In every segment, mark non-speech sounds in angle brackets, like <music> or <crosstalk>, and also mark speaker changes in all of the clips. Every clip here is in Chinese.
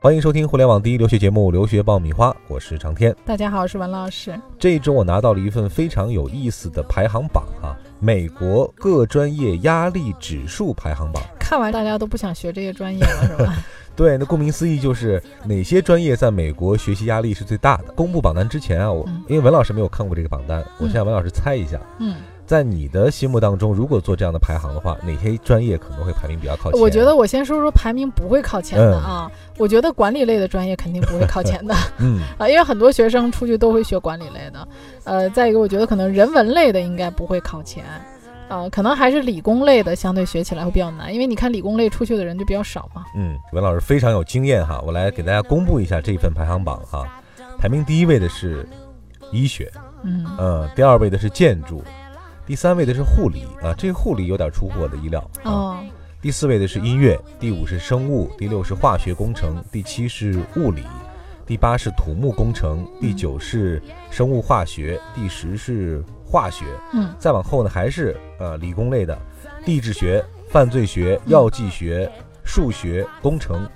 Speaker 1: 欢迎收听互联网第一留学节目《留学爆米花》，我是长天。
Speaker 2: 大家好，我是文老师。
Speaker 1: 这一周我拿到了一份非常有意思的排行榜啊，美国各专业压力指数排行榜。
Speaker 2: 看完大家都不想学这些专业了，是吧？
Speaker 1: 对，那顾名思义就是哪些专业在美国学习压力是最大的。公布榜单之前啊，我
Speaker 2: 嗯
Speaker 1: 因为文老师没有看过这个榜单，我先让文老师猜一下，
Speaker 2: 嗯，
Speaker 1: 在你的心目当中，如果做这样的排行的话，哪些专业可能会排名比较靠前？
Speaker 2: 我觉得我先说说排名不会靠前的啊。我觉得管理类的专业肯定不会靠前的
Speaker 1: 嗯，
Speaker 2: 啊，因为很多学生出去都会学管理类的。呃，再一个，我觉得可能人文类的应该不会靠前。啊，可能还是理工类的相对学起来会比较难，因为你看理工类出去的人就比较少嘛。
Speaker 1: 嗯，文老师非常有经验哈，我来给大家公布一下这一份排行榜哈，排名第一位的是医学，
Speaker 2: 嗯
Speaker 1: 嗯，第二位的是建筑，第三位的是护理啊，这个护理有点出乎我的意料啊。
Speaker 2: 哦，
Speaker 1: 第四位的是音乐，第五是生物，第六是化学工程，第七是物理，第八是土木工程，第九是生物化学，第十是化学。
Speaker 2: 嗯
Speaker 1: 再往后呢，还是呃理工类的，地质学、犯罪学、药剂学、数学、工程，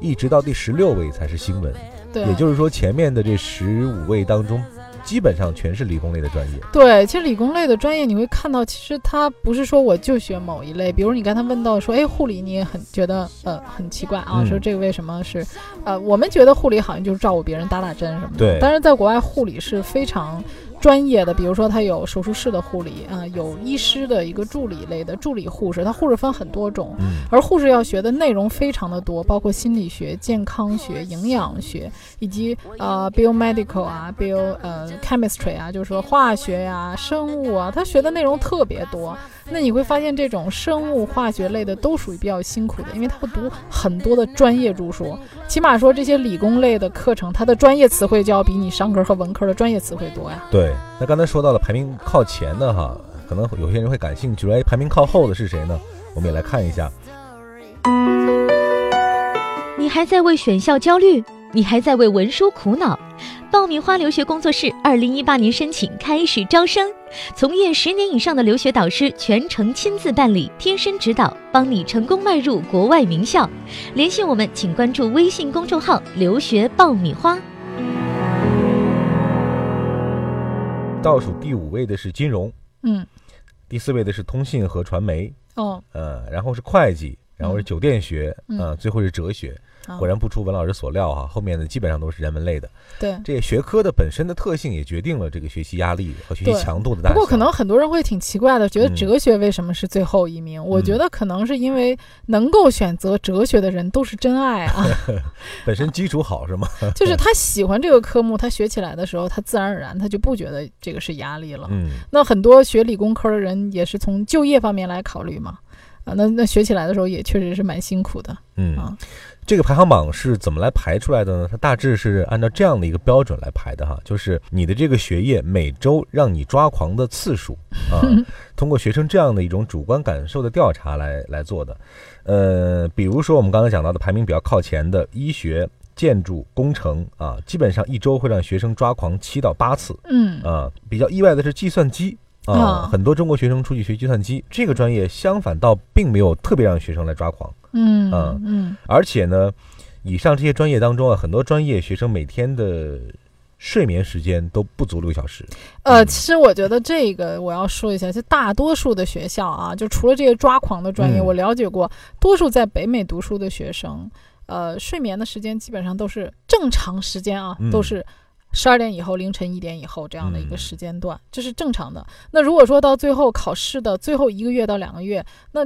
Speaker 1: 一直到第十六位才是新闻。
Speaker 2: 对，啊
Speaker 1: 也就是说，前面的这十五位当中，基本上全是理工类的专业。
Speaker 2: 对，其实理工类的专业你会看到，其实它不是说我就学某一类，比如你刚才问到说，哎，护理你也很觉得呃很奇怪啊，
Speaker 1: 嗯
Speaker 2: 说这个为什么是，呃，我们觉得护理好像就是照顾别人打打针什么的，
Speaker 1: 对
Speaker 2: 但是在国外护理是非常。专业的，比如说它有手术室的护理啊、有医师的一个助理类的助理护士，它护士分很多种，
Speaker 1: 嗯
Speaker 2: 而护士要学的内容非常的多，包括心理学、健康学、营养学，以及呃 biomedical 啊、bio 呃 chemistry 啊，就是说化学呀、生物啊，他学的内容特别多。那你会发现，这种生物化学类的都属于比较辛苦的，因为他会读很多的专业著书。起码说这些理工类的课程，它的专业词汇就要比你商科和文科的专业词汇多呀。
Speaker 1: 对，那刚才说到了排名靠前的哈，可能有些人会感兴趣，说哎，排名靠后的是谁呢？我们也来看一下。
Speaker 3: 你还在为选校焦虑？你还在为文书苦恼？爆米花留学工作室二零一八年申请开始招生，从业十年以上的留学导师全程亲自办理，贴身指导，帮你成功迈入国外名校。联系我们，请关注微信公众号“留学爆米花”。
Speaker 1: 倒数第五位的是金融，
Speaker 2: 嗯，
Speaker 1: 第四位的是通信和传媒，
Speaker 2: 哦，
Speaker 1: 呃，然后是会计，然后是酒店学，
Speaker 2: 嗯
Speaker 1: 呃，最后是哲学。
Speaker 2: 啊
Speaker 1: 果然不出文老师所料哈、后面的基本上都是人文类的。
Speaker 2: 对。
Speaker 1: 这些学科的本身的特性也决定了这个学习压力和学习
Speaker 2: 对
Speaker 1: 强度的大
Speaker 2: 不
Speaker 1: 小。
Speaker 2: 过，可能很多人会挺奇怪的，觉得
Speaker 1: 嗯
Speaker 2: 哲学为什么是最后一名？我觉得可能是因为能够选择哲学的人都是真爱
Speaker 1: <laughs>
Speaker 2: 啊，
Speaker 1: 本身基础好是吗？
Speaker 2: 就是他喜欢这个科目，他学起来的时候，他自然而然他就不觉得这个是压力了。
Speaker 1: 嗯，
Speaker 2: 那很多学理工科的人也是从就业方面来考虑嘛，啊，那那学起来的时候也确实是蛮辛苦的。
Speaker 1: 嗯
Speaker 2: 啊，
Speaker 1: 这个排行榜是怎么来排出来的呢？它大致是按照这样的一个标准来排的哈，就是你的这个学业每周让你抓狂的次数
Speaker 2: <laughs>
Speaker 1: 啊，通过学生这样的一种主观感受的调查来来做的。呃，比如说我们刚才讲到的排名比较靠前的医学、建筑、工程啊，基本上一周会让学生抓狂七到八次
Speaker 2: 嗯，
Speaker 1: 啊。比较意外的是计算机。啊，
Speaker 2: 啊
Speaker 1: 很多中国学生出去学计算机这个专业，相反倒并没有特别让学生来抓狂。
Speaker 2: 嗯
Speaker 1: 啊
Speaker 2: 嗯
Speaker 1: 而且呢，以上这些专业当中啊，很多专业学生每天的睡眠时间都不足六小时。嗯
Speaker 2: 呃，其实我觉得这个我要说一下，就大多数的学校啊，就除了这些抓狂的专业，
Speaker 1: 嗯
Speaker 2: 我了解过，多数在北美读书的学生，呃，睡眠的时间基本上都是正常时间啊，
Speaker 1: 嗯
Speaker 2: 都是。十二点以后、凌晨一点以后这样的一
Speaker 1: 嗯
Speaker 2: 个时间段，这是正常的。那如果说到最后考试的最后一个月到两个月，那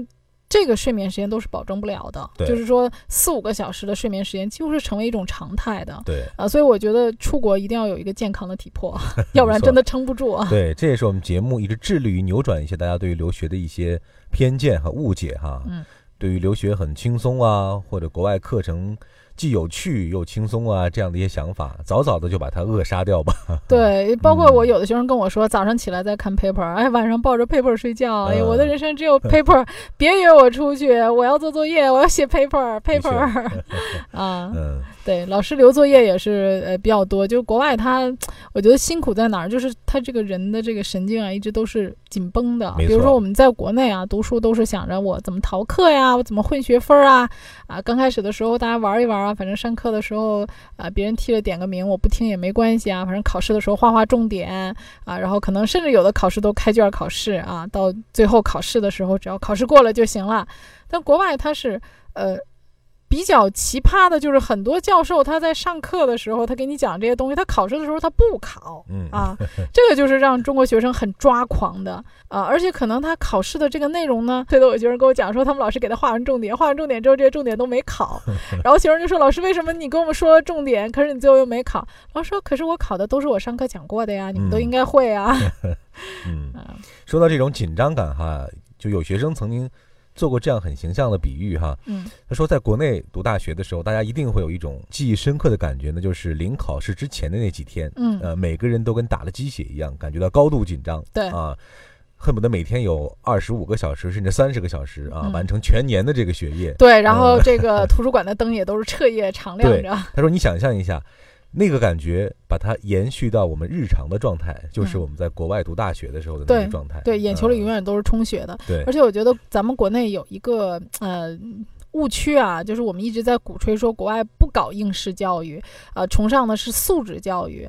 Speaker 2: 这个睡眠时间都是保证不了的。
Speaker 1: 对
Speaker 2: 就是说四五个小时的睡眠时间几乎是成为一种常态的。
Speaker 1: 对
Speaker 2: 啊，所以我觉得出国一定要有一个健康的体
Speaker 1: <laughs>
Speaker 2: 魄，要不然真的撑不住啊。
Speaker 1: 对，这也是我们节目一直致力于扭转一些大家对于留学的一些偏见和误解哈。
Speaker 2: 嗯，
Speaker 1: 对于留学很轻松啊，或者国外课程既有趣又轻松啊这样的一些想法，早早的就把它扼杀掉吧。
Speaker 2: 对，包括我
Speaker 1: 嗯
Speaker 2: 有的学生跟我说，早上起来在看 paper，哎，晚上抱着 paper 睡觉，哎呀，我的
Speaker 1: 嗯
Speaker 2: 人生只有 paper，别约我出去，我要做作业，我要写
Speaker 1: <laughs>
Speaker 2: paper，paper <laughs> 啊，
Speaker 1: 嗯
Speaker 2: 对，老师留作业也是呃比较多，就是国外他，我觉得辛苦在哪儿，就是他这个人的这个神经啊，一直都是紧绷的。
Speaker 1: 没
Speaker 2: 比如
Speaker 1: 错
Speaker 2: 说我们在国内啊，读书都是想着我怎么逃课呀，我怎么混学分儿啊，啊，刚开始的时候大家玩一玩啊，反正上课的时候啊、别人替着点个名，我不听也没关系啊，反正考试的时候画画重点啊，然后可能甚至有的考试都开卷考试啊，到最后考试的时候，只要考试过了就行了。但国外它是呃。比较奇葩的就是，很多教授他在上课的时候，他给你讲这些东西，他考试的时候他不考，
Speaker 1: 嗯
Speaker 2: 啊，这个就是让中国学生很抓狂的啊！而且可能他考试的这个内容呢，推得我学生跟我讲说，他们老师给他画完重点，画完重点之后，这些重点都没
Speaker 1: <laughs>
Speaker 2: 考。然后学生就说：“老师，为什么你跟我们说了重点，可是你最后又没考？”老师说：“可是我考的都是我上课讲过的呀，你们都
Speaker 1: 嗯
Speaker 2: 应该会
Speaker 1: <laughs>
Speaker 2: 啊。
Speaker 1: 嗯
Speaker 2: 啊，
Speaker 1: 说到这种紧张感哈，就有学生曾经做过这样很形象的比喻哈，
Speaker 2: 嗯
Speaker 1: 他说在国内读大学的时候，大家一定会有一种记忆深刻的感觉呢，就是临考试之前的那几天， <laughs>
Speaker 2: 嗯
Speaker 1: 呃，每个人都跟打了鸡血一样，感觉到高度紧张，
Speaker 2: 对
Speaker 1: 啊。恨不得每天有二十五个小时，甚至三十个小时啊，
Speaker 2: 嗯
Speaker 1: 完成全年的这个学业。
Speaker 2: 对，然后这个图书馆的灯也都是彻
Speaker 1: <laughs>
Speaker 2: 夜常亮着，
Speaker 1: 他说：“你想象一下，那个感觉，把它延续到我们日常的状态，就是
Speaker 2: 嗯
Speaker 1: 我们在国外读大学的时候的那个状态。
Speaker 2: 对，眼球
Speaker 1: 嗯
Speaker 2: 里永远都是充血的。
Speaker 1: 对
Speaker 2: 而，且我觉得咱们国内有一个呃误区啊，就是我们一直在鼓吹说国外不搞应试教育，呃，崇尚的是素质教育。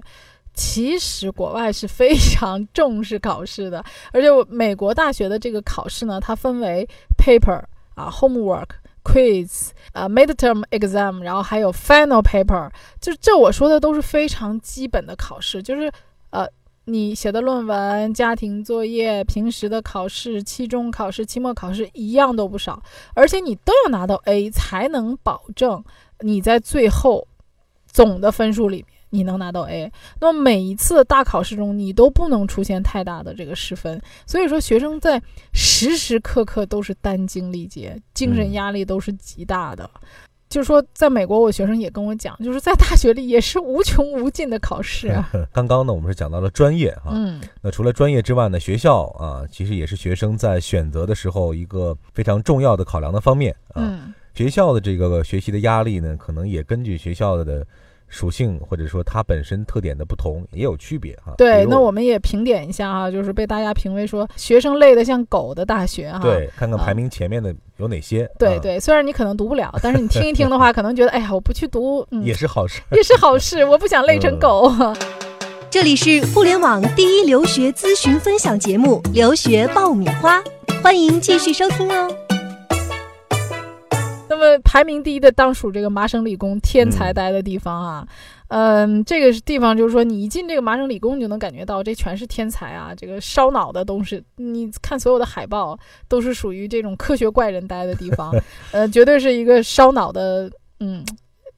Speaker 2: 其实国外是非常 <laughs> 重视考试的，而且我美国大学的这个考试呢，它分为 paper 啊、homework。quiz 啊、midterm exam，然后还有 final paper，就这我说的都是非常基本的考试，就是呃你写的论文、家庭作业、平时的考试、期中考试、期末考试一样都不少，而且你都要拿到 A 才能保证你在最后总的分数里面你能拿到 A。那么每一次大考试中，你都不能出现太大的这个失分，所以说学生在时时刻刻都是殚精力竭，精神
Speaker 1: 嗯
Speaker 2: 压力都是极大的。就是说，在美国，我学生也跟我讲，就是在大学里也是无穷无尽的考试啊。
Speaker 1: <laughs> 刚刚呢，我们是讲到了专业啊。
Speaker 2: 嗯，
Speaker 1: 那除了专业之外呢，学校啊，其实也是学生在选择的时候一个非常重要的考量的方面啊。
Speaker 2: 嗯，
Speaker 1: 学校的这个学习的压力呢，可能也根据学校的属性或者说它本身特点的不同也有区别哈、啊。比
Speaker 2: 对，
Speaker 1: 如
Speaker 2: 那我们也评点一下啊，就是被大家评为说学生累得像狗的大学哈、
Speaker 1: 对看看
Speaker 2: 啊
Speaker 1: 排名前面的有哪些，
Speaker 2: 对
Speaker 1: 啊，
Speaker 2: 对虽然你可能读不了，但是你听一听
Speaker 1: <laughs>
Speaker 2: 的话，可能觉得哎呀，我不去读，嗯，
Speaker 1: 也呃是好事。
Speaker 2: 也是好事，我不想累成狗。
Speaker 4: 这里是互联网第一留学咨询分享节目《留学爆米花》，欢迎继续收听哦。
Speaker 2: 那么排名第一的当属这个麻省理工天才呆的地方啊，嗯这个是地方就是说你一进这个麻省理工，你就能感觉到这全是天才啊，这个烧脑的东西。你看所有的海报都是属于这种科学怪人呆的地方，呃，绝对是一个烧脑的，嗯，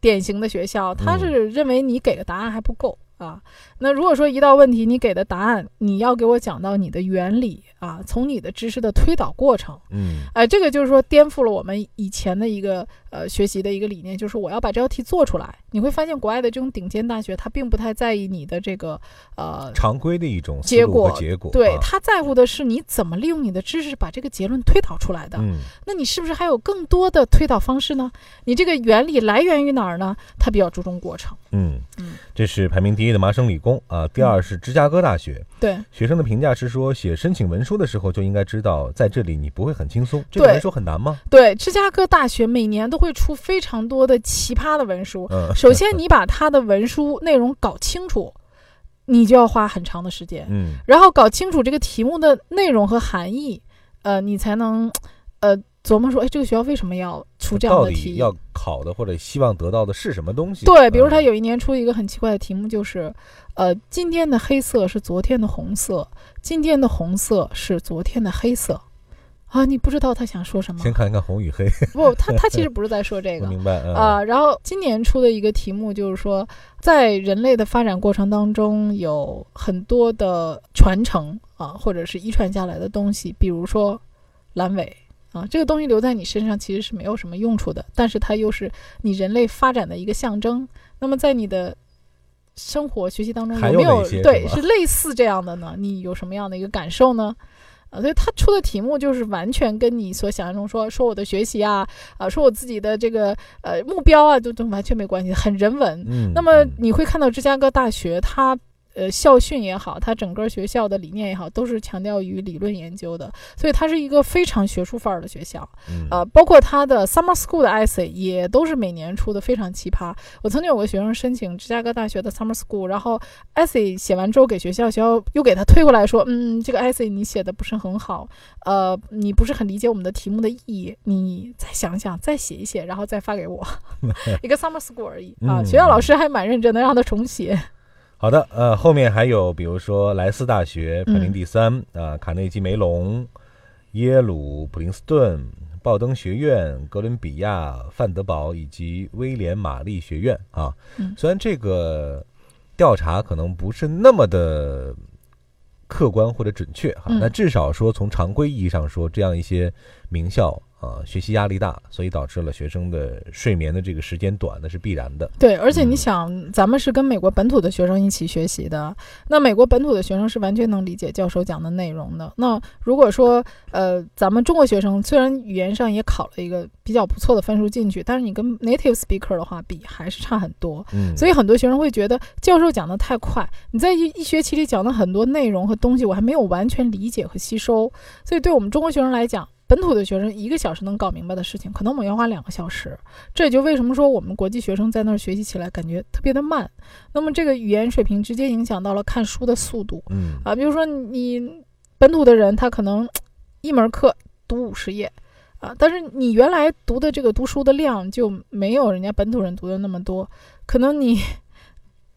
Speaker 2: 典型的学校。他是认为你给的答案还不够。啊，那如果说一道问题你给的答案，你要给我讲到你的原理啊，从你的知识的推导过程，
Speaker 1: 嗯
Speaker 2: 哎，这个就是说颠覆了我们以前的一个呃学习的一个理念，就是我要把这道题做出来。你会发现国外的这种顶尖大学，它并不太在意你的这个呃，
Speaker 1: 常规的一种思
Speaker 2: 结
Speaker 1: 路和
Speaker 2: 果
Speaker 1: 结果，
Speaker 2: 对
Speaker 1: 啊，
Speaker 2: 它在乎的是你怎么利用你的知识把这个结论推导出来的。
Speaker 1: 嗯
Speaker 2: 那你是不是还有更多的推导方式呢？你这个原理来源于哪儿呢？它比较注重过程。
Speaker 1: 嗯
Speaker 2: 嗯，
Speaker 1: 这是排名第一的麻省理工啊，第二是芝加哥大学。
Speaker 2: 对
Speaker 1: 学生的评价是说，写申请文书的时候就应该知道，在这里你不会很轻松。这个
Speaker 2: 对
Speaker 1: 文书很难吗？
Speaker 2: 对，芝加哥大学每年都会出非常多的奇葩的文书，
Speaker 1: 嗯，
Speaker 2: 首先，你把它的文书内容搞清楚，你就要花很长的时间，
Speaker 1: 嗯
Speaker 2: 然后搞清楚这个题目的内容和含义，呃，你才能呃琢磨说，哎，这个学校为什么要出这样
Speaker 1: 到
Speaker 2: 的
Speaker 1: 底
Speaker 2: 题？
Speaker 1: 要考的或者希望得到的是什么东西？
Speaker 2: 对，比如
Speaker 1: 嗯
Speaker 2: 他有一年出一个很奇怪的题目，就是，呃，今天的黑色是昨天的红色，今天的红色是昨天的黑色，啊，你不知道他想
Speaker 1: <laughs>
Speaker 2: 说什么
Speaker 1: 先？看一看红与黑，
Speaker 2: 不，他他其实不是在说这个
Speaker 1: <laughs> 我，明白？嗯
Speaker 2: 啊、，然后今年出的一个题目就是说，在人类的发展过程当中，有很多的传承啊、或者是遗传下来的东西，比如说阑尾啊、这个东西留在你身上其实是没有什么用处的，但是它又是你人类发展的一个象征。那么在你的生活学习当中，
Speaker 1: 还
Speaker 2: 有没
Speaker 1: 有哪
Speaker 2: 有
Speaker 1: 些
Speaker 2: 对
Speaker 1: 是吧
Speaker 2: 是类似这样的呢？你有什么样的一个感受呢？啊，所以他出的题目就是完全跟你所想象中说说我的学习啊，啊，说我自己的这个呃目标啊，都都完全没关系，很人文。
Speaker 1: 嗯，
Speaker 2: 那么
Speaker 1: 嗯
Speaker 2: 你会看到芝加哥大学它。呃校训也好，它整个学校的理念也好，都是强调于理论研究的，所以它是一个非常学术范儿的学校。
Speaker 1: 嗯
Speaker 2: 呃，包括它的 Summer School 的 essay 也都是每年出的非常奇葩。我曾经有个学生申请芝加哥大学的 Summer School，然后 essay 写完之后给学校，学校又给他推过来说，嗯，这个 essay 你写的不是很好，呃，你不是很理解我们的题目的意义，你再想想，再写一写，然后再发给我。
Speaker 1: <laughs>
Speaker 2: 一个 Summer School 而已啊，
Speaker 1: 嗯
Speaker 2: 学校老师还蛮认真的，让他重写。
Speaker 1: 好的，呃，后面还有比如说莱斯大学排名
Speaker 2: 嗯
Speaker 1: 第三啊、卡内基梅隆、耶鲁、普林斯顿、鲍登学院、哥伦比亚、范德堡以及威廉玛丽学院啊。
Speaker 2: 嗯
Speaker 1: 虽然这个调查可能不是那么的客观或者准确哈，
Speaker 2: 嗯
Speaker 1: 那至少说从常规意义上说，这样一些名校。啊，学习压力大，所以导致了学生的睡眠的这个时间短，那是必然的。
Speaker 2: 对，而且
Speaker 1: 嗯
Speaker 2: 你想，咱们是跟美国本土的学生一起学习的，那美国本土的学生是完全能理解教授讲的内容的。那如果说，呃，咱们中国学生虽然语言上也考了一个比较不错的分数进去，但是你跟 native speaker 的话比还是差很多。
Speaker 1: 嗯，
Speaker 2: 所以很多学生会觉得教授讲的太快，你在一一学期里讲的很多内容和东西，我还没有完全理解和吸收。所以对我们中国学生来讲，本土的学生一个小时能搞明白的事情，可能我们要花两个小时。这也就为什么说我们国际学生在那儿学习起来感觉特别的慢。那么这个语言水平直接影响到了看书的速度
Speaker 1: 嗯，
Speaker 2: 啊，比如说你本土的人，他可能一门课读五十页。啊，但是你原来读的这个读书的量就没有人家本土人读的那么多，可能你 <laughs>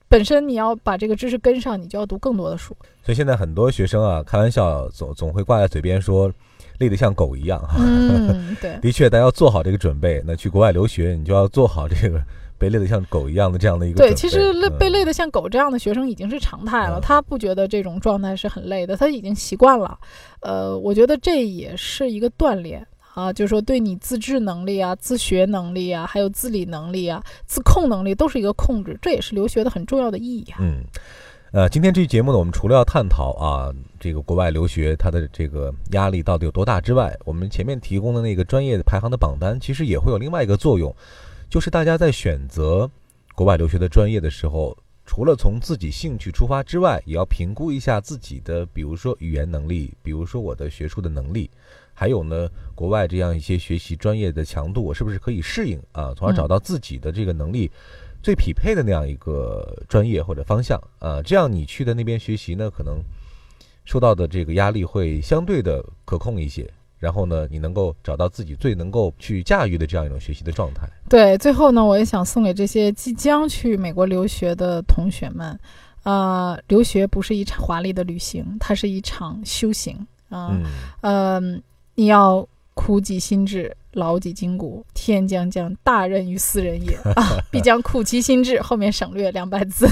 Speaker 2: 本身你要把这个知识跟上，你就要读更多的书。
Speaker 1: 所以现在很多学生啊，开玩笑总总会挂在嘴边说，累得像狗一样哈。
Speaker 2: 嗯，对。
Speaker 1: <laughs> 的确，大家要做好这个准备。那去国外留学，你就要做好这个被累得像狗一样的这样的一个准备。
Speaker 2: 对，其实累
Speaker 1: 嗯
Speaker 2: 被累得像狗这样的学生已经是常态了，
Speaker 1: 嗯
Speaker 2: 他不觉得这种状态是很累的，他已经习惯了。呃，我觉得这也是一个锻炼啊，就是说对你自制能力啊、自学能力啊、还有自理能力啊、自控能力都是一个控制，这也是留学的很重要的意义啊。
Speaker 1: 嗯，呃，今天这期节目呢，我们除了要探讨啊这个国外留学它的这个压力到底有多大之外，我们前面提供的那个专业排行的榜单，其实也会有另外一个作用，就是大家在选择国外留学的专业的时候。除了从自己兴趣出发之外，也要评估一下自己的，比如说语言能力，比如说我的学术的能力，还有呢，国外这样一些学习专业的强度，我是不是可以适应啊？从而找
Speaker 2: 嗯
Speaker 1: 到自己的这个能力最匹配的那样一个专业或者方向啊，这样你去的那边学习呢，可能受到的这个压力会相对的可控一些。然后呢，你能够找到自己最能够去驾驭的这样一种学习的状态。
Speaker 2: 对，最后呢，我也想送给这些即将去美国留学的同学们，啊、留学不是一场华丽的旅行，它是一场修行啊。
Speaker 1: 嗯，
Speaker 2: 嗯，你要苦己心志，劳己筋骨。天将降大任于斯人
Speaker 1: <laughs>
Speaker 2: 也啊，必将苦其心志。后面省略两百字，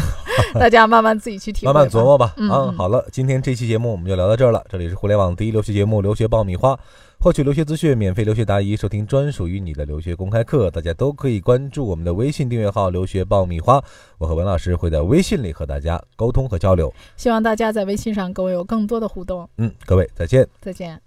Speaker 2: 大家慢慢自己去体会
Speaker 1: 慢
Speaker 2: 吧。
Speaker 1: 慢琢磨吧。
Speaker 2: 嗯
Speaker 1: 啊，
Speaker 2: 嗯
Speaker 1: 好了，今天这期节目我们就聊到这儿了。这里是互联网第一留学节目《留学爆米花》，获取留学资讯，免费留学答疑，收听专属于你的留学公开课。大家都可以关注我们的微信订阅号“留学爆米花”，我和文老师会在微信里和大家沟通和交流。
Speaker 2: 希望大家在微信上跟我有更多的互动。
Speaker 1: 嗯，各位再见。
Speaker 2: 再见。